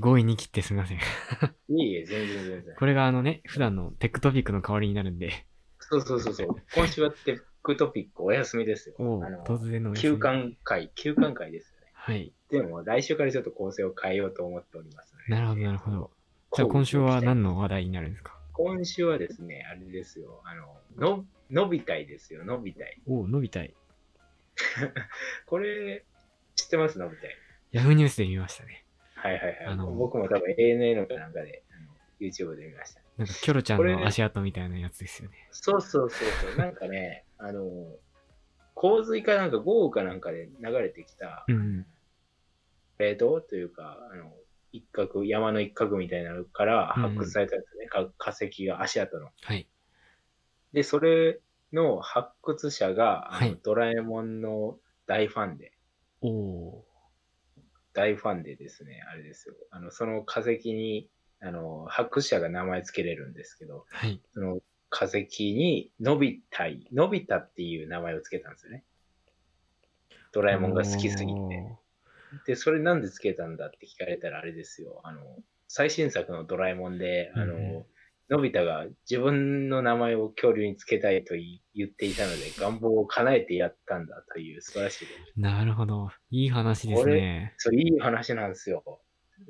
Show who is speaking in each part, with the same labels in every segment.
Speaker 1: 強引に切ってすみません。
Speaker 2: いえいえ、全然全然。
Speaker 1: これがあのね、普段のテックトピックの代わりになるんで、
Speaker 2: そうそうそうそう。今週はテックトピックお休みですよ。
Speaker 1: おう
Speaker 2: あの
Speaker 1: 突然のお休み
Speaker 2: 休館会、休館会ですよね。
Speaker 1: はい。
Speaker 2: でも、来週からちょっと構成を変えようと思っておりますの
Speaker 1: な
Speaker 2: で。
Speaker 1: るほど、なるほど。じゃあ今週は何の話題になるんですか
Speaker 2: 今週はですね、あれですよ。あの、の、伸びたいですよ、伸びたい。
Speaker 1: おう、伸びたい。
Speaker 2: これ、知ってます、伸びたい。
Speaker 1: ヤフーニュースで見ましたね。
Speaker 2: はいはいはい。
Speaker 1: あの
Speaker 2: 僕も多分 ANN かなんかで、あの YouTube で見ました。
Speaker 1: なんかキョロちゃん
Speaker 2: これね
Speaker 1: の足跡みたいなやつですよね。
Speaker 2: そうそうそうそう。なんかね、あの、洪水かなんか豪雨かなんかで流れてきた、
Speaker 1: うんうん。
Speaker 2: 冷凍というか、あの、一角、山の一角みたいなのから発掘されたんですね、か化石が足跡の。
Speaker 1: はい。
Speaker 2: で、それの発掘者が、あの
Speaker 1: はい
Speaker 2: ドラえもんの大ファンで、
Speaker 1: おお
Speaker 2: 大ファンでですね、あれですよ。あの、その化石に、あの、発掘者が名前つけれるんですけど、
Speaker 1: ー。はい。
Speaker 2: その化石に、のびたい、のび太っていう名前をつけたんですよね。ドラえもんが好きすぎて。で、それなんでつけたんだって聞かれたらあれですよ。あの、最新作のドラえもんで、あの、
Speaker 1: うんう
Speaker 2: のび太が自分の名前を恐竜につけたいとい言っていたので、願望を叶えてやったんだという素晴らしい。
Speaker 1: て。なるほど。いい話ですね。
Speaker 2: そう、いい話なんですよ。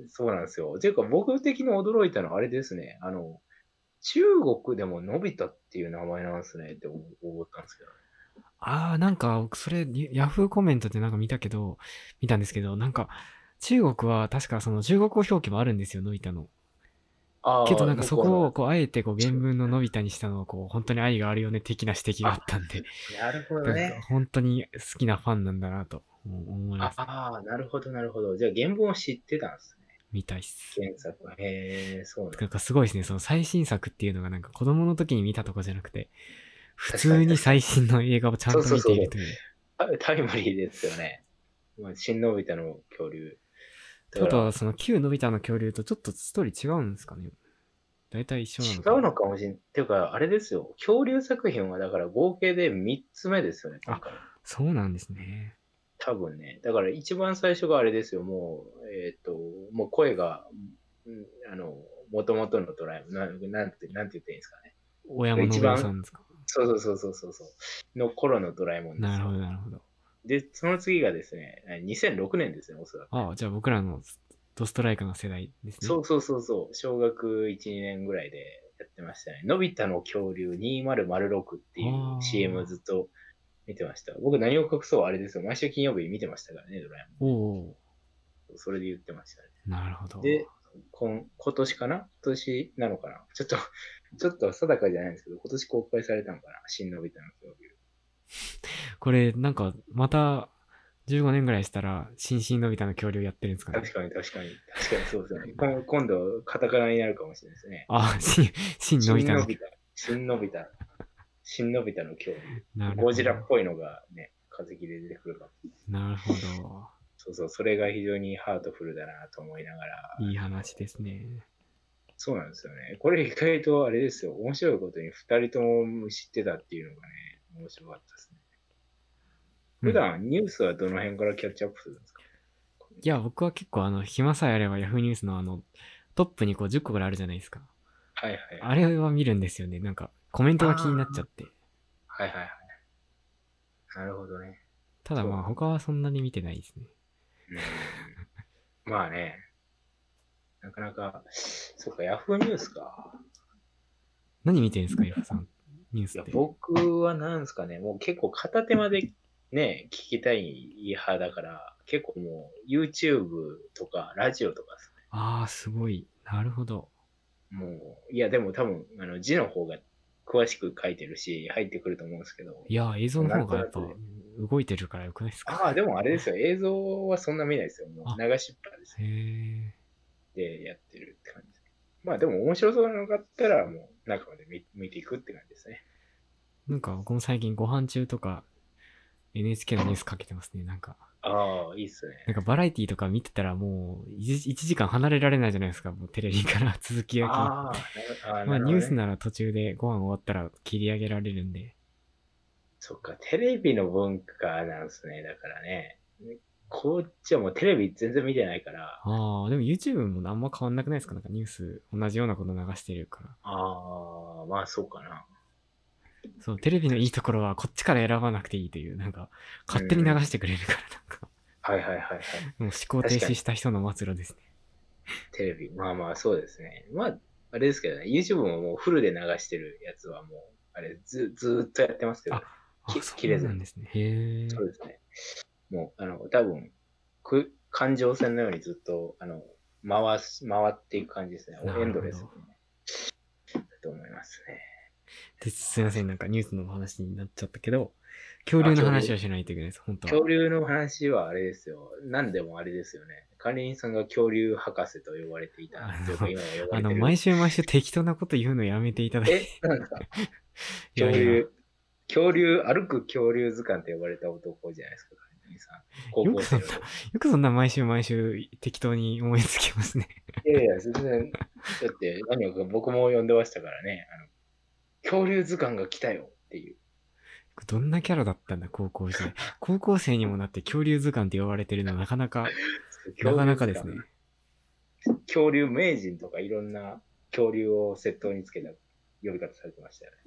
Speaker 2: そうなんですよ。ていうか、僕的に驚いたのはあれですね。あの、中国でものび太っていう名前なんですねって思思ったんですけど。
Speaker 1: ああ、なんか、僕それ、ヤフーコメントでなんか見たけど、見たんですけど、なんか、中国は確かその中国語表記もあるんですよ、のび太の。
Speaker 2: あー
Speaker 1: けどなんかそこを
Speaker 2: 向
Speaker 1: こう、あえてこう原文ののび太にしたのはこう、本当に愛があるよね、的な指摘があったん で、
Speaker 2: うのなるほど
Speaker 1: なん
Speaker 2: ね
Speaker 1: か。本当に好きなファンなんだなと思います。
Speaker 2: ああ、なるほど、なるほど。じゃあ、原文を知ってたんですね。
Speaker 1: みたいっす。
Speaker 2: 原作。へえ、そうなんだ
Speaker 1: なんかすごいですね、その最新作っていうのがなんか子供の時に見たとかじゃなくて、普通に最新の映画をちゃんと見ているという。
Speaker 2: あタイムリーですよね。まあ、新のび太の恐竜。
Speaker 1: ただ、その旧のび太の恐竜とちょっとストーリー違うんですかね大体一緒な
Speaker 2: 違
Speaker 1: のかな
Speaker 2: うのかもしれん。っていうか、あれですよ。恐竜作品はだから合計で3つ目ですよね。今回
Speaker 1: そうなんですね。
Speaker 2: 多分ね。だから一番最初があれですよ。もう、えっ、と、もう声が、うんあの、元々のドラえもん、なんなんて、なんて言っていいんですかね。
Speaker 1: 大山信代さんですか
Speaker 2: そうそうそうそうそうそう。の頃のドラえもんです
Speaker 1: なるほ
Speaker 2: よ。
Speaker 1: ど、なるほど。
Speaker 2: で、その次がですね、2006年ですね、おそらく。
Speaker 1: ああ、じゃあ僕らのドストライクの世代ですね。
Speaker 2: そうそうそうそう、小学1、2年ぐらいでやってましたね。のび太の恐竜2006ってい
Speaker 1: あー
Speaker 2: う CM ずっと見てました。僕何を隠そうあれですよ。毎週金曜日見てましたからね、ドラえ
Speaker 1: おお
Speaker 2: もん。それで言ってましたね。
Speaker 1: ー、なるほど。
Speaker 2: で、今今年かな今年なのかなちょっと、 ちょっと定かじゃないんですけど、今年公開されたのかな新のび太の恐竜。
Speaker 1: これ、なんか、また、15年ぐらいしたら、新進のび太の恐竜やってるんですかね
Speaker 2: 確。かに確かに。確かにそうですね。今今度、カタカナになるかもしれないですね。
Speaker 1: あ、新、新のび太の。
Speaker 2: 新のび太。新のび太の恐竜。
Speaker 1: なるほど
Speaker 2: ゴジラっぽいのがね、化石で出てくるかも。
Speaker 1: なるほど。
Speaker 2: そうそう、それが非常にハートフルだなと思いながら。
Speaker 1: いい話ですね。
Speaker 2: そうなんですよね。これ意外とあれですよ、面白いことに2人とも知ってたっていうのがね、面白かったですね。普段ニュースはどの辺からキャッチアップするんですか、
Speaker 1: いや、僕は結構、あの、暇さえあれば、ヤフーニュースのあの、トップにこう10個ぐらいあるじゃないですか。
Speaker 2: はいはいはい。
Speaker 1: あれは見るんですよね。なんか、コメントが気になっちゃって。
Speaker 2: はいはいはい。なるほどね。
Speaker 1: ただまあ、
Speaker 2: そう
Speaker 1: 他はそんなに見てないですね。
Speaker 2: うん、まあね。なかなか、そっか、ヤフーニュースか。
Speaker 1: 何見てるんですか、ヤフさん。ニュー
Speaker 2: い
Speaker 1: ス
Speaker 2: や
Speaker 1: って。
Speaker 2: 僕はなんですかね、もう結構片手までね、聞きたい派だから、結構もう YouTube とかラジオとかです
Speaker 1: ああ、すごい。なるほど。
Speaker 2: ねもう、いやでも多分、あの字の方が詳しく書いてるし、入ってくると思うんですけど。
Speaker 1: いや、映像の方がやっぱ
Speaker 2: なんとな、
Speaker 1: 動いてるからよくないですか。
Speaker 2: ああ、でもあれですよ、映像はそんな見ないですよ。も
Speaker 1: あ
Speaker 2: う流しっぱです
Speaker 1: へえ。
Speaker 2: でやってるって感じ。まあでも面白そうなのがあったら、もう中まで見見ていくって感じですね。
Speaker 1: なんか僕も最近ご飯中とか NHK のニュースかけてますね。なんか、
Speaker 2: ああ、いいっすね。
Speaker 1: なんかバラエティとか見てたらもう 1, 時間離れられないじゃないですか。もうテレビから 続きが聞いて。
Speaker 2: ああ、
Speaker 1: ま
Speaker 2: なる
Speaker 1: あ
Speaker 2: ほどね
Speaker 1: ニュースなら途中でご飯終わったら切り上げられるんで。
Speaker 2: そっか、テレビの文化なんですね。だからね。こっちはもうテレビ全然見てないから、
Speaker 1: ああ、でも YouTube もあんま変わんなくないですかなんかニュース、同じようなこと流してるから。
Speaker 2: ああ、まあそうかな。
Speaker 1: そう、テレビのいいところはこっちから選ばなくていいという、なんか、勝手に流してくれるから、なんか、
Speaker 2: はいはいはいはい。
Speaker 1: もう思考停
Speaker 2: 確か
Speaker 1: 止
Speaker 2: に
Speaker 1: した人の末路ですね。
Speaker 2: テレビ。まあまあそうですね。まあ、あれですけどね、YouTube ももうフルで流してるやつはもう、あれず、ずーっとやってますけど、
Speaker 1: あ、
Speaker 2: き
Speaker 1: そ
Speaker 2: 切
Speaker 1: う
Speaker 2: れず
Speaker 1: なんですね。へえ。
Speaker 2: そうですね。もう、あの、多分、く環状線のようにずっと、あの、回す、回っていく感じですね。
Speaker 1: なるほど
Speaker 2: エンドレスにね。だと思いますね。
Speaker 1: ですいません、なんかニュースの話になっちゃったけど、恐竜の話をしないといけないです、本当は
Speaker 2: 恐。竜の話はあれですよ。何でもあれですよね。管理人さんが恐竜博士と呼ばれていたんですよ。
Speaker 1: あの
Speaker 2: 今は呼
Speaker 1: あ
Speaker 2: ばれて
Speaker 1: の、
Speaker 2: る。
Speaker 1: 毎週毎週適当なこと言うのやめていただいて。
Speaker 2: え、なんです か
Speaker 1: いやいや
Speaker 2: 恐竜、恐竜、歩く恐竜図鑑って呼ばれた男じゃないですか、管理人さん。高校生の
Speaker 1: よくよくそんな毎週毎週適当に思いつきますね。
Speaker 2: いやいや、全然。だって、何をか僕も呼んでましたからね。あの恐竜図鑑が来たよっていう。
Speaker 1: どんなキャラだったんだ、高校生。高校生にもなって恐竜図鑑って呼ばれてるのはなかなか、なかなかですね。
Speaker 2: 恐竜名人とかいろんな恐竜を窃盗につけた呼び方されてましたよね。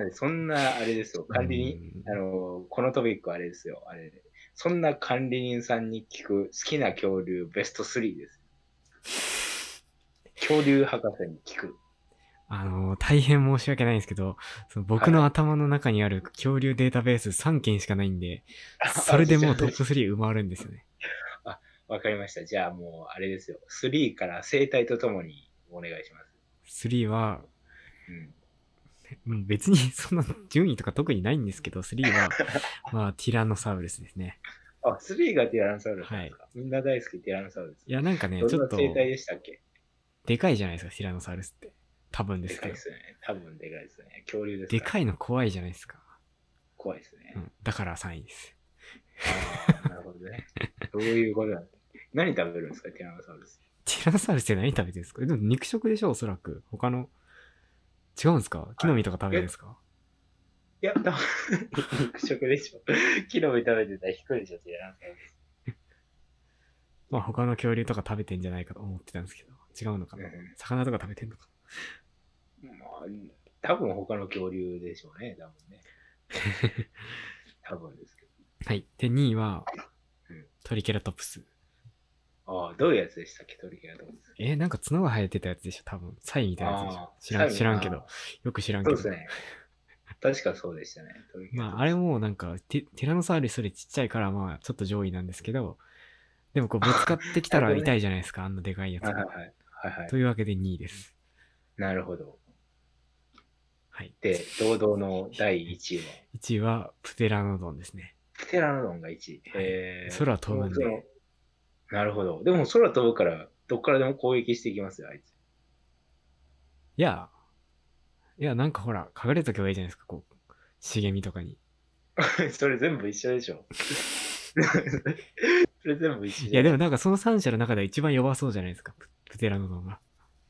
Speaker 2: なんで、そんな、あれですよ、管理人、
Speaker 1: うん
Speaker 2: あの、このトピックはあれですよ、あれ、そんな管理人さんに聞く好きな恐竜ベスト3です。恐竜博士に聞く。
Speaker 1: あの、大変申し訳ないんですけど、その僕の頭の中にある恐竜データベース3件しかないんで、それでもうトップ3埋まるんですよね。
Speaker 2: わかりました。じゃあもう、あれですよ。3から生態とともにお願いします。
Speaker 1: 3は、
Speaker 2: う
Speaker 1: う
Speaker 2: ん。
Speaker 1: ん別に そんな順位とか特にないんですけど、3は、 まあ、ティラノサウルスですね。
Speaker 2: あ、3がティラノサウルスなんですか、みんな大好きティラノサウルス。
Speaker 1: いや、なんかね、ち
Speaker 2: どん
Speaker 1: ょ
Speaker 2: な
Speaker 1: っと、
Speaker 2: 生態でしたっけ
Speaker 1: でかいじゃないですか、ティラノサウルスって。多分で
Speaker 2: ですか
Speaker 1: け
Speaker 2: い
Speaker 1: ど
Speaker 2: で。すよね。多分でかいですね。恐竜です
Speaker 1: で
Speaker 2: い。
Speaker 1: かいの怖いじゃないですか。
Speaker 2: 怖いですね
Speaker 1: う。ん、だから3位です。
Speaker 2: あーなるほどね。 そういうことなんです。何食べるんですか、ティラノサウルス。
Speaker 1: ティラノサウルスって何食べてるんですかえでも肉食でしょおそらく。他の。違うんですか木の実とか食べるんですか
Speaker 2: いや、多分 肉食でしょ。 木の実食べてたら低いでしょ、ティラノサウルス。
Speaker 1: まあ他の恐竜とか食べてんじゃないかと思ってたんですけど。違うのかな、
Speaker 2: うん
Speaker 1: 魚とか食べてんのか
Speaker 2: まあ、多分他の恐竜でしょうね、多分 ね。多分ですけ
Speaker 1: なはい。で、2位は
Speaker 2: うん、
Speaker 1: トリケラトプス。
Speaker 2: ど。ああ、どういうやつでしたっけ、トリケラトプス。
Speaker 1: えーなんか角が生えてたやつでしょ多分。サイみたいなやつでしょ
Speaker 2: あ
Speaker 1: 知らん、
Speaker 2: 最後
Speaker 1: 知らんけ
Speaker 2: あ
Speaker 1: ど。よく知らん
Speaker 2: そ
Speaker 1: け
Speaker 2: う
Speaker 1: ど。
Speaker 2: ですね。確かそうでしたね。トリケラト
Speaker 1: ま
Speaker 2: プ
Speaker 1: あ、
Speaker 2: ス
Speaker 1: あれもなんかテ、ティラノサウルスよりちっちゃいから、まあ、ちょっと上位なんですけど、でもこう、ぶつかってきた
Speaker 2: な
Speaker 1: ら
Speaker 2: るほどね
Speaker 1: 痛いじゃないですか、あんなでかいやつ
Speaker 2: はいはい
Speaker 1: が。
Speaker 2: はい。はいはい、
Speaker 1: というわけで2位です。
Speaker 2: なるほど。
Speaker 1: はい。
Speaker 2: で、堂々の第1位は、
Speaker 1: 1位は、プテラノドンですね。
Speaker 2: プテラノドンが1位。
Speaker 1: はい
Speaker 2: えー、
Speaker 1: 空飛ぶんで
Speaker 2: そのなるほど。でも空飛ぶから、どっからでも攻撃していきますよ、あいつ。
Speaker 1: いや、いや、なんかほら、隠れとけばいいじゃないですか、こう、茂みとかに。
Speaker 2: それ全部一緒でしょ。 それ全部一緒
Speaker 1: いや、で
Speaker 2: も。
Speaker 1: もなんかその3社の中では一番弱そうじゃないですか、ププテラノドンが。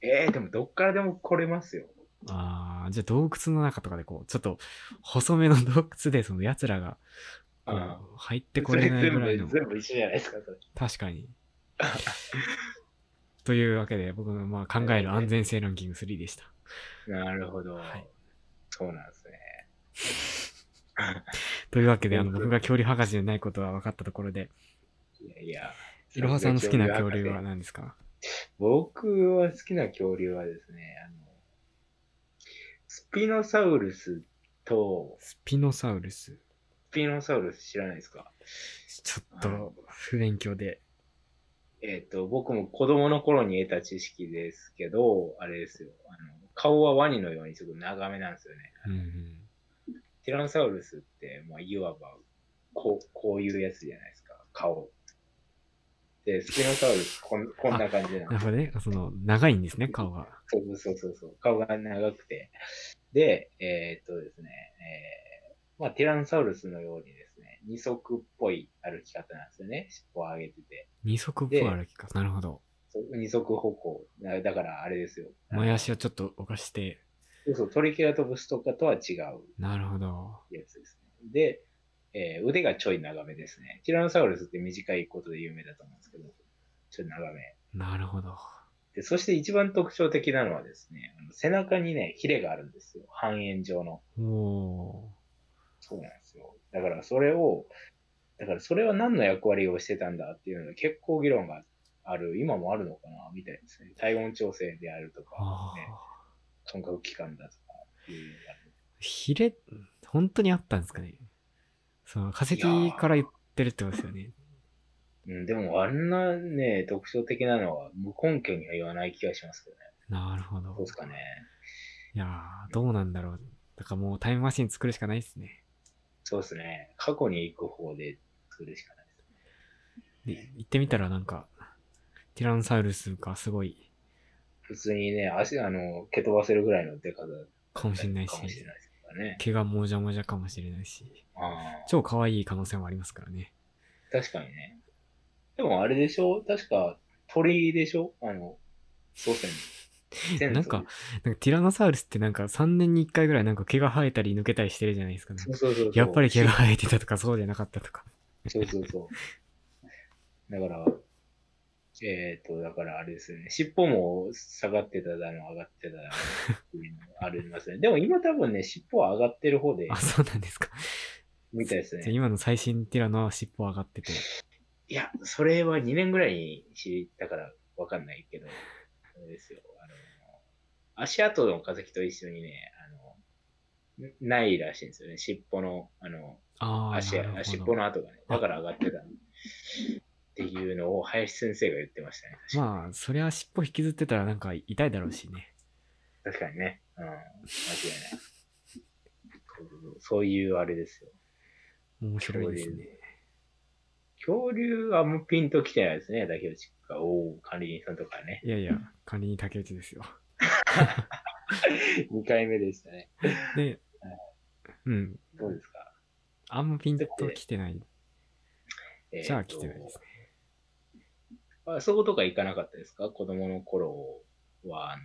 Speaker 2: えー、でもどっからでも来れますよ。
Speaker 1: あー、じゃあ洞窟の中とかでこう、ちょっと、細めの洞窟で、その奴らが、こう
Speaker 2: あ
Speaker 1: 入ってこれないぐらいの
Speaker 2: そ。れ全部全部一緒じゃないですか、それ。
Speaker 1: 確かに。というわけで、僕のまあ考える安全性ランキング3でした。
Speaker 2: なるほど。
Speaker 1: はい
Speaker 2: そうなんですね。
Speaker 1: というわけで、あの、
Speaker 2: 本当
Speaker 1: 僕が恐竜博士じゃないことは分かったところで、
Speaker 2: いやいや。
Speaker 1: いろはさんの好きな恐竜は何ですか
Speaker 2: 僕は好きな恐竜はですね、あの、スピノサウルスと、
Speaker 1: スピノサウルス。
Speaker 2: スピノサウルス知らないですか
Speaker 1: ちょっと、不勉強で。
Speaker 2: えっ、と、僕も子供の頃に得た知識ですけど、あれですよ。あの顔はワニのようにちょっと長めなんですよね。
Speaker 1: うんうん
Speaker 2: ティラノサウルスって、まあ、いわばこう、こういうやつじゃないですか、顔。で、スピノサウルス、こんこんな感じなん
Speaker 1: な
Speaker 2: で
Speaker 1: る
Speaker 2: す
Speaker 1: ほどね。その、長いんですね、顔が。
Speaker 2: そうそうそうそう、顔が長くて。で、えーっとですね、えーまあ、ティラノサウルスのようにですね、二足っぽい歩き方なんですよね、尻尾を上げてて。
Speaker 1: 二足っぽい歩きか。なるほど。
Speaker 2: そう二足歩行。だだから、あれですよ。
Speaker 1: 前足をちょっと動かして、
Speaker 2: そうそう、トリケラトプスとかとは違う
Speaker 1: なるほど。
Speaker 2: やつですね。で、えー腕がちょい長めですね。ティラノサウルスって短いことで有名だと思うんですけど、ちょい長め。
Speaker 1: なるほど。
Speaker 2: で、そして一番特徴的なのはですね、あの背中にね、ヒレがあるんですよ。半円状の。
Speaker 1: お
Speaker 2: そうなんですよ。だからそれを、だからそれは何の役割をしてたんだっていうのが結構議論がある、今もあるのかなみたいですね。体温調整であると
Speaker 1: ー。あ
Speaker 2: か、
Speaker 1: ー
Speaker 2: ね、感覚器官だとかいうのがある。
Speaker 1: ヒレ、本当にあったんですかねその化石から言ってるってことですよね。
Speaker 2: うん、でもあんなね、特徴的なのは無根拠には言わない気がしますけどね。
Speaker 1: なるほど
Speaker 2: どう。ですかね。
Speaker 1: いやー、どうなんだろう。だからもうタイムマシン作るしかないですね。
Speaker 2: そうですね。過去に行く方で作るしかないです。
Speaker 1: で、行ってみたらなんか、ティラノサウルスがすごい
Speaker 2: 普通にね、足、あの、蹴飛ばせるぐらいの出方
Speaker 1: かもしれないし
Speaker 2: か、もしれないですからね。
Speaker 1: 毛がもじゃもじゃかもしれないし、
Speaker 2: ああ、
Speaker 1: 超可愛い可能性もありますからね。
Speaker 2: 確かにね。でもあれでしょ確か鳥でしょあの、祖先。先 祖
Speaker 1: なんか、なんかティラノサウルスってなんか3年に1回ぐらいなんか毛が生えたり抜けたりしてるじゃないですか、ね
Speaker 2: そう。そうそうそう。
Speaker 1: やっぱり毛が生えてたとかそうじゃなかったとか。
Speaker 2: そうそうそう。だから、えっ、と、だからあれですよね。尻尾も下がってただの、上がってただのっていうのがありますね。でも今多分ね、尻尾は上がってる方で
Speaker 1: あ、、そうなんですか。
Speaker 2: みたいです
Speaker 1: じゃあ
Speaker 2: ね。
Speaker 1: 今の最新ティラノは尻尾上がってて。
Speaker 2: いや、それは2年ぐらいに知ったからわかんないけど、あれですよ。あの、足跡の化石と一緒にね、あの、んないらしいんですよね。尻尾の、あの、
Speaker 1: ああ、
Speaker 2: 足、
Speaker 1: なるほど
Speaker 2: 尻尾の跡がね。だから上がってた。っていうのを林先生が言ってましたね。確かに
Speaker 1: まあ、そりゃ尻尾引きずってたらなんか痛いだろうしね。
Speaker 2: 確かにね。うん。間違いない。そうそうそうそういうあれですよ。
Speaker 1: 面白いですね。
Speaker 2: 恐竜はもうピンときてないですね、竹内くんが。おお、管理人さんとかね。
Speaker 1: いやいや、管理人竹内ですよ。
Speaker 2: 2回目でしたね。
Speaker 1: で、うん、
Speaker 2: どうですか、
Speaker 1: あんまピンときてない。
Speaker 2: えーと
Speaker 1: じゃあ来てないですね。
Speaker 2: あそことか行かなかったですか子供の頃は、あの、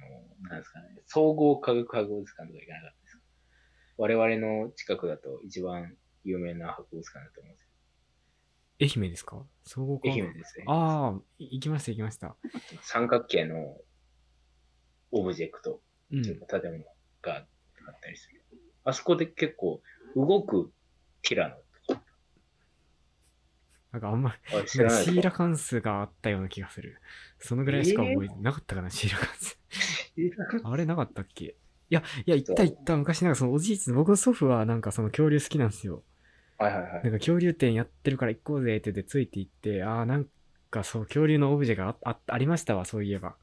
Speaker 2: なんですかね、総合科学博物館とか行かなかったですか我々の近くだと一番有名な博物館だと思うんです
Speaker 1: 愛媛ですか総合
Speaker 2: け
Speaker 1: 科
Speaker 2: ど、愛
Speaker 1: 学
Speaker 2: 媛ですね。
Speaker 1: ああ、い行きました行きました。
Speaker 2: 三角形のオブジェクト。
Speaker 1: うん。
Speaker 2: ちょっと建物があったりする。あそこで結構動くティラノとか。
Speaker 1: なんかあんま
Speaker 2: あ知
Speaker 1: り、なんか
Speaker 2: らない
Speaker 1: シー
Speaker 2: です
Speaker 1: ラ
Speaker 2: か
Speaker 1: カンスがあったような気がする。そのぐらいしか覚えてなかったかな、シーラカンス。
Speaker 2: シーラカン
Speaker 1: あれなかったっけいや、いや、行った行った。昔なんかそのおじいちゃん、僕の祖父はなんかその恐竜好きなんですよ。
Speaker 2: はいはいはい
Speaker 1: なん。か恐竜展やってるから行こうぜって言ってついて行って、ああ、なんかそう、恐竜のオブジェがああありましたわ、そういえば。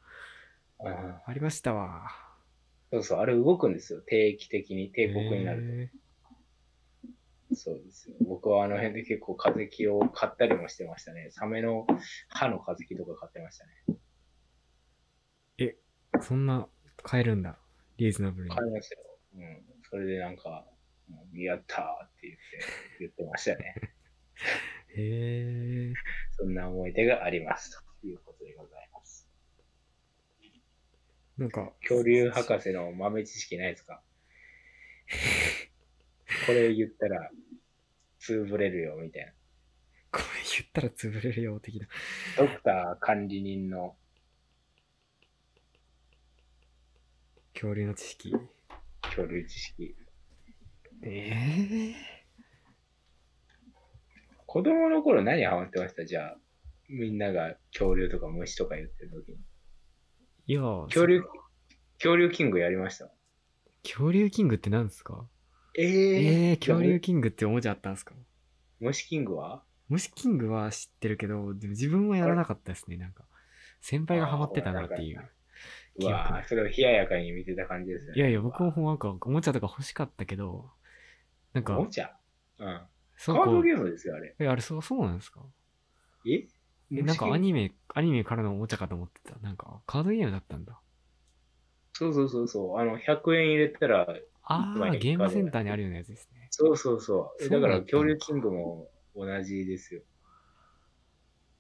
Speaker 2: あー
Speaker 1: ありましたわ。
Speaker 2: そうそう、あれ動くんですよ。定期的に、帝国になる
Speaker 1: る。
Speaker 2: と。そうですよ。僕はあの辺で結構化石を買ったりもしてましたね。サメの歯の化石とか買ってましたね。
Speaker 1: そんな、買えるんだ。リーズナブルに。
Speaker 2: 買いましたよ。うん。それでなんか、うんやったーって言って、言ってまし たね。
Speaker 1: へえ。
Speaker 2: そんな思い出があります。ということでございます。
Speaker 1: なんか、
Speaker 2: 恐竜博士の豆知識ないですかこれ言ったら、潰れるよ、みたい
Speaker 1: これ言ったら潰れるよ、的な。
Speaker 2: な。ドクター管理人の、
Speaker 1: 恐竜の知識。
Speaker 2: 恐竜知識。
Speaker 1: ええ。
Speaker 2: 子供の頃何ハマってましたじゃあ、みんなが恐竜とか虫とか言ってる時に。
Speaker 1: いや、
Speaker 2: 恐竜、恐竜キングやりました。
Speaker 1: 恐竜キングって何ですか
Speaker 2: え
Speaker 1: ええ、
Speaker 2: ー
Speaker 1: 恐竜キングっておもちゃあったんですか
Speaker 2: 虫キングは
Speaker 1: 虫キングは知ってるけど、でも自分はやらなかったですね、なんか。先輩がハマってたなっていう。
Speaker 2: うわぁ、それを冷ややかに見てた感じですね。
Speaker 1: いやいや、僕もなんか、おもちゃとか欲しかったけど、なん
Speaker 2: おも
Speaker 1: か、
Speaker 2: ちゃうん。カ
Speaker 1: そう
Speaker 2: ー
Speaker 1: こ
Speaker 2: ド
Speaker 1: う
Speaker 2: ゲームですよ、あれ。
Speaker 1: え、あれ、そう、そうなんですか
Speaker 2: え
Speaker 1: え、なんかア
Speaker 2: 虫キング
Speaker 1: ニメ、アニメからのおもちゃかと思ってた。なんか、カードゲームだったんだ。
Speaker 2: そうそうそうそう。あの、100円入れたら、
Speaker 1: あ
Speaker 2: まあ
Speaker 1: あ、ゲームセンターにあるようなやつですね。
Speaker 2: そうそうそう。え
Speaker 1: そ
Speaker 2: だ
Speaker 1: う
Speaker 2: か
Speaker 1: だった
Speaker 2: ら、
Speaker 1: のか
Speaker 2: 恐竜キングも同じですよ。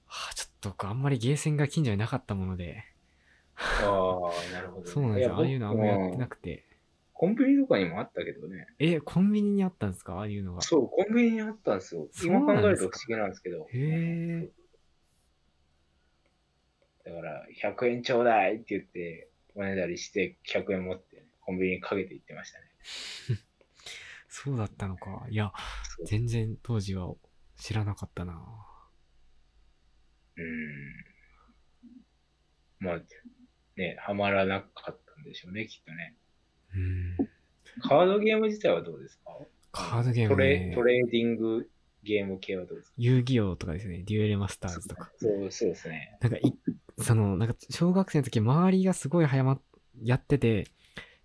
Speaker 1: はあ、ちょっと僕、あんまりゲーセンが近所になかったもので、
Speaker 2: ああ、なるほどね、
Speaker 1: そうなんですよ。ああいうのあんまやってな
Speaker 2: く
Speaker 1: くて。
Speaker 2: コンビニとかにもあったけどね。
Speaker 1: え、コンビニにあったんですかああいうのが。
Speaker 2: そう、コンビニにあったんですよ。
Speaker 1: そう
Speaker 2: 今
Speaker 1: な
Speaker 2: 考
Speaker 1: ん
Speaker 2: え
Speaker 1: で
Speaker 2: る
Speaker 1: す
Speaker 2: と不
Speaker 1: か
Speaker 2: 思議なんですけど。
Speaker 1: へえ。
Speaker 2: だから、100円ちょうだいって言って、おねだりして、100円持ってね、コンビニにかけて行ってましたね。
Speaker 1: そうだったのか。いや、
Speaker 2: そう
Speaker 1: 全然当時は知らなかったな。
Speaker 2: うん。まあ、ね、ハマらなかったんでしょうね、きっとね。
Speaker 1: うん。
Speaker 2: カードゲーム自体はどうですか
Speaker 1: カードゲーム、
Speaker 2: トレ
Speaker 1: ね
Speaker 2: ト、レーディングゲーム系はどうですか
Speaker 1: 遊戯王とかですね、デュエルマスターズとか。
Speaker 2: そうそうですね。
Speaker 1: なんかい、その、なんか小学生の時、周りがすごい早ま、やってて、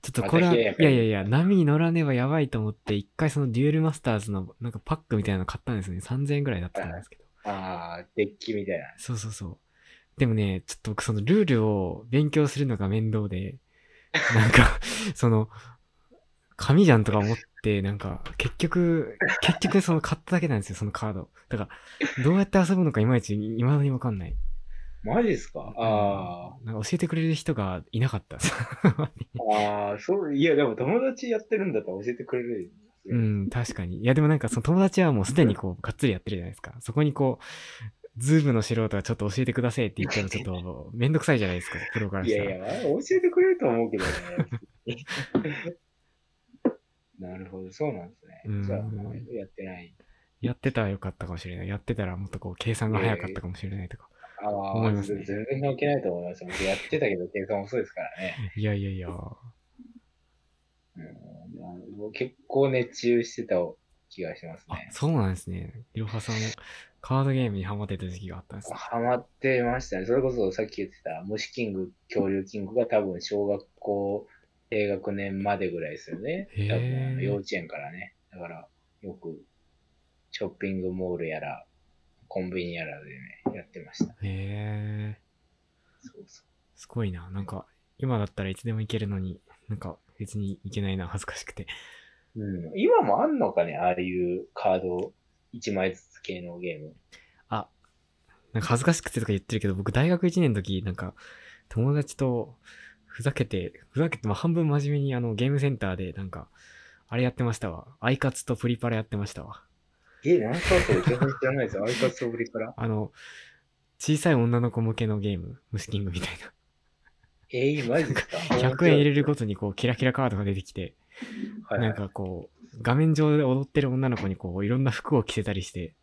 Speaker 1: ちょっとこれは、
Speaker 2: ま
Speaker 1: い
Speaker 2: た冷
Speaker 1: や
Speaker 2: や
Speaker 1: い
Speaker 2: かに
Speaker 1: やいや、波に乗らねばやばいと思って、一回そのデュエルマスターズのなんかパックみたいなの買ったんですよね。3000円ぐらいだったんですけど。
Speaker 2: ああ、デッキみたいな。
Speaker 1: そうそうそう。でもね、ちょっと僕そのルールを勉強するのが面倒で、なん か、その、紙じゃんとか思って、なんか、結局、結局その買っただけなんですよ、そのカード。だから、どうやって遊ぶのかいまいち、いまだにわかんない。
Speaker 2: マジですかあ
Speaker 1: なんか教えてくれる人がいなかった。
Speaker 2: あ。ああ、そう、いや、でも友達やってるんだったら教えてくれる。
Speaker 1: うん、確かに。いや、でもなんかその友達はもうすでにこう、がっつりやってるじゃないですか。そこにこう、ズームの素人がちょっと教えてくださいって言ったらちょっと、めんどくさいじゃないですか、プロから
Speaker 2: い
Speaker 1: した
Speaker 2: や
Speaker 1: ら。
Speaker 2: いや、教えてくれると思うけどね。 なるほど、そうなんです
Speaker 1: う
Speaker 2: ね。
Speaker 1: ん
Speaker 2: じゃあ、やってない。
Speaker 1: やってたらよかったかもしれない。やってたらもっとこう、計算が早かったかもしれないとか。
Speaker 2: あ
Speaker 1: 思
Speaker 2: あ、
Speaker 1: いますね
Speaker 2: 全然関係ないと思います。僕やってたけど、経過遅いですからね。
Speaker 1: いやいやいや。
Speaker 2: うんあの結構熱中してた気がします
Speaker 1: あ
Speaker 2: ね、。
Speaker 1: そうなんですね。いろはさん、カードゲームにハマってた時期があったんですね。
Speaker 2: ハマってましたね。それこそさっき言ってた虫キング、恐竜キングが多分小学校低学年までぐらいですよね。
Speaker 1: へー
Speaker 2: 多分あの幼稚園からね。だからよくショッピングモールやらコンビニやらでね、やってました。
Speaker 1: へえ、
Speaker 2: そうそう。
Speaker 1: すごいな。なんか、今だったらいつでも行けるのに、なんか別に行けないな、恥ずかしくて。
Speaker 2: うん、今もあんのかね、ああいうカード1枚ずつ系のゲーム。
Speaker 1: あ、なんか恥ずかしくてとか言ってるけど、僕大学1年の時、なんか友達とふざけて、ふざけて、まあ、半分真面目にあのゲームセンターでなんか、あれやってましたわ。アイカツとプリパラやってましたわ。
Speaker 2: え、何かそれ全然知らないですよ。アイカツぶりから。
Speaker 1: あの、小さい女の子向けのゲーム、虫キングみたい
Speaker 2: えー、マジですか
Speaker 1: な。100円入れるごとにこう、キラキラカードが出てきて、
Speaker 2: はい
Speaker 1: なんかこう、画面上で踊ってる女の子にこう、いろんな服を着せたりして、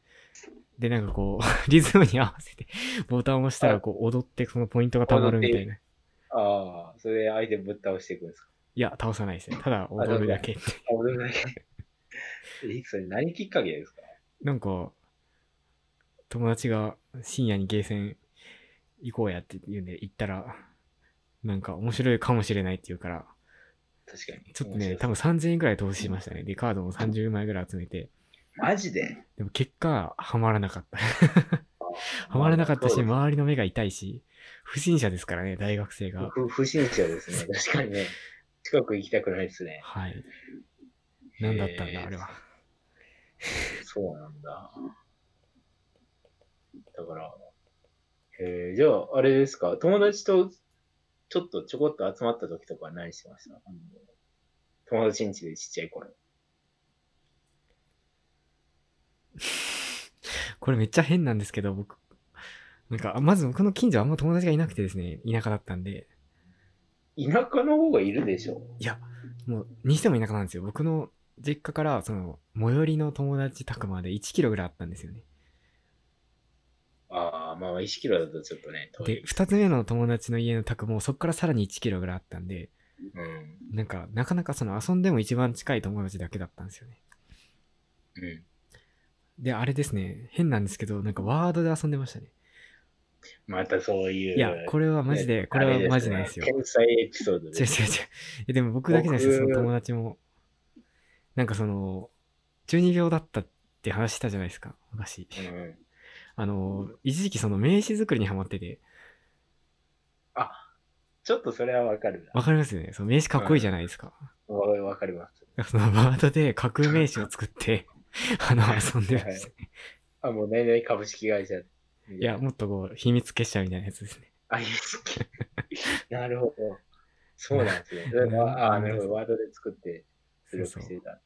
Speaker 1: で、なんかこう、 リズムに合わせて、ボタンを押したらこう、踊ってそのポイントが溜まるみたいな。
Speaker 2: ああ、それで相手ぶっ倒していくんですか
Speaker 1: いや、倒さないですね。ただ踊るだけって。
Speaker 2: あ、俺もだけ。え、それ何きっかけですか
Speaker 1: なんか、友達が深夜にゲーセン行こうやって言うんで行ったら、なんか面白いかもしれないって言うから、
Speaker 2: 確かに。
Speaker 1: ちょっとね、
Speaker 2: 多
Speaker 1: 多
Speaker 2: 分
Speaker 1: 分3000円くらい投資しましたね。で、カードも30枚ぐらい集めて、
Speaker 2: マジで
Speaker 1: でも結果、ハマらなかった。ハマらなかったし、
Speaker 2: そうです
Speaker 1: 周りの目が痛いし、不審者ですからね、大学生が。
Speaker 2: 不不審者ですね。 確かにね。近く行きたくないですね。
Speaker 1: はい。なんだったんだ、
Speaker 2: へー
Speaker 1: あれは。
Speaker 2: そうなんだ。だから、えー、じゃあ、あれですか、友達とちょっとちょこっと集まった時とか何してましたあの友達ん家でちっちゃい頃。
Speaker 1: これめっちゃ変なんですけど、僕、なんか、まず僕の近所あんま友達がいなくてですね、田舎だったんで、
Speaker 2: 田舎の方がいるでしょ
Speaker 1: いや、もう、にしても田舎なんですよ。僕の実家から、その、最寄りの友達宅まで1キロぐらいあったんですよね。
Speaker 2: ああ、まあ、意識ロだとちょっとね、遠
Speaker 1: で、
Speaker 2: い。
Speaker 1: 2つ目の友達の家の宅も、そこからさらに1キロぐらいあったんで、
Speaker 2: うん。
Speaker 1: なんか、なかなかその、遊んでも一番近い友達だけだったんですよね。
Speaker 2: うん。
Speaker 1: で、あれですね、変なんですけど、なんか、ワードで遊んでましたね。
Speaker 2: またそういう。
Speaker 1: いや、これはマジで、これはマジなんですよ
Speaker 2: あ。れね天才エピソード
Speaker 1: 違う違う違
Speaker 2: で
Speaker 1: う
Speaker 2: す。。
Speaker 1: えでも僕だけじゃないですよ、そ
Speaker 2: 僕
Speaker 1: の友達も。なんかその、中二病だったって話したじゃないですか、昔。
Speaker 2: うん、
Speaker 1: あの、一時期その名刺作りにハマってて、
Speaker 2: ちょっとそれはわかる
Speaker 1: わかりますよねその名刺かっこいいじゃないですか。
Speaker 2: な。わわかります。
Speaker 1: そのワードで架空名刺を作 って、あの、遊んでま
Speaker 2: はい
Speaker 1: した。い
Speaker 2: あ、もう何々株式会社。い
Speaker 1: や、もっとこう、秘密結社みたいなやつですね。
Speaker 2: あ、いい好き。なるほど。そうなん ですね。それ
Speaker 1: うん
Speaker 2: はあー、
Speaker 1: うん
Speaker 2: なるほど。ワードで作って出力
Speaker 1: そう
Speaker 2: し
Speaker 1: そう
Speaker 2: てた。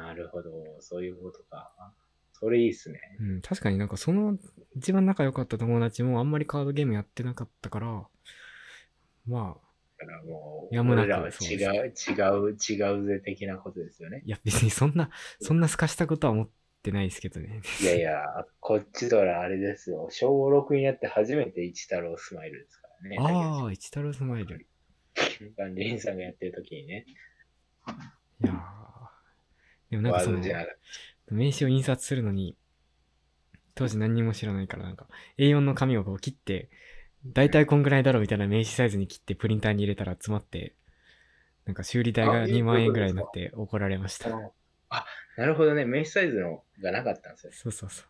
Speaker 2: なるほど。そういうことか。それいいっすね。
Speaker 1: うん、確かになんかその一番仲良かった友達もあんまりカードゲームやってなかったから、まあ、
Speaker 2: だからもう、
Speaker 1: やむなく
Speaker 2: 俺らは違
Speaker 1: そう
Speaker 2: う、違う、違うぜ的なことですよね。
Speaker 1: いや別にそんな、 そんな透かしたことは思ってないですけどね。
Speaker 2: いやいや、こっちとらあれですよ。小6になって初めて一太郎スマイルですからね。
Speaker 1: ああ、一太郎スマイル。
Speaker 2: あ。リンさんがやってる時にね、
Speaker 1: いやーでもなんか
Speaker 2: ワー
Speaker 1: そ
Speaker 2: ド
Speaker 1: の、
Speaker 2: じゃなくて、
Speaker 1: 名刺を印刷するのに、当時何にも知らないから、なんか A4 の紙をこう切って、大体こんぐらいだろうみたいな名刺サイズに切ってプリンターに入れたら詰まって、なんか修理代
Speaker 2: あ
Speaker 1: が
Speaker 2: いい
Speaker 1: 2万円ぐらいになって怒られました。
Speaker 2: あ、なるほどね。メッシュサイズのがなかったんですよ。
Speaker 1: そうそうそう。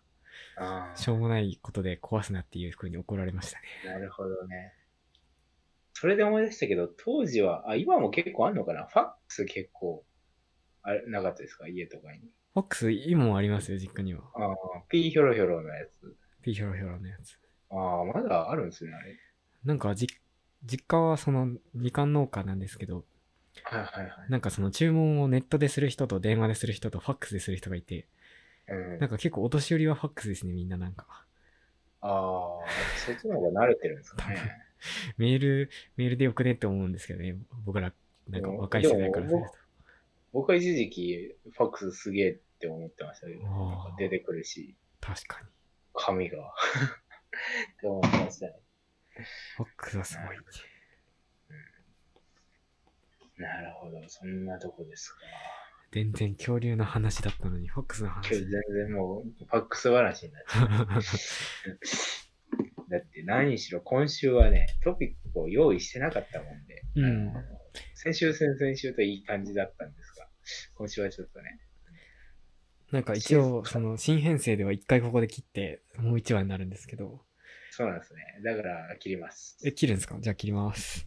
Speaker 2: あ
Speaker 1: しょうもないことで壊すなっていう風に怒られましたね。
Speaker 2: あ、なるほどね。それで思い出したけど、当時は、あ、今も結構あんのかなファックス結構、あれ、なかったですか家とかに。
Speaker 1: フォックス今もありますよ、実家には。
Speaker 2: ああ、ピーヒョロヒョロのやつ。
Speaker 1: ピーヒョロヒョロのやつ。
Speaker 2: ああ、まだあるんですね、あれ。
Speaker 1: なんかじ、実家はそのみかん農家なんですけど、
Speaker 2: はいはいはい。
Speaker 1: なんかその注文をネットでする人と電話でする人とファックスでする人がいて、
Speaker 2: うん、
Speaker 1: なんか結構お年寄りはファックスですね、みんななんか。
Speaker 2: ああ、そっちの方が慣れてるんですかね。
Speaker 1: メール、メールでよくねって思うんですけどね、僕ら、なんか若い世代からすると。
Speaker 2: 僕は一時期、ファックスすげえって思ってましたけど、
Speaker 1: あー
Speaker 2: なんか出てくるし、
Speaker 1: 確かに。
Speaker 2: 紙が。 って思ってましたね。
Speaker 1: ファックスはすごい。
Speaker 2: なるほど、そんなとこですか。
Speaker 1: 全然恐竜の話だったのに、ファックスの
Speaker 2: 今日
Speaker 1: 話
Speaker 2: 全。然もう、ファックス話になっちゃう。だって何しろ今週はね、トピックを用意してなかったもんで、
Speaker 1: うん
Speaker 2: あの先週、先々週といい感じだったんですが、今週はちょっとね、
Speaker 1: なんか一応、その新編成では一回ここで切って、もう一話になるんですけど。
Speaker 2: そうなんですね。だから切ります。
Speaker 1: え、切るんですかじゃあ切ります。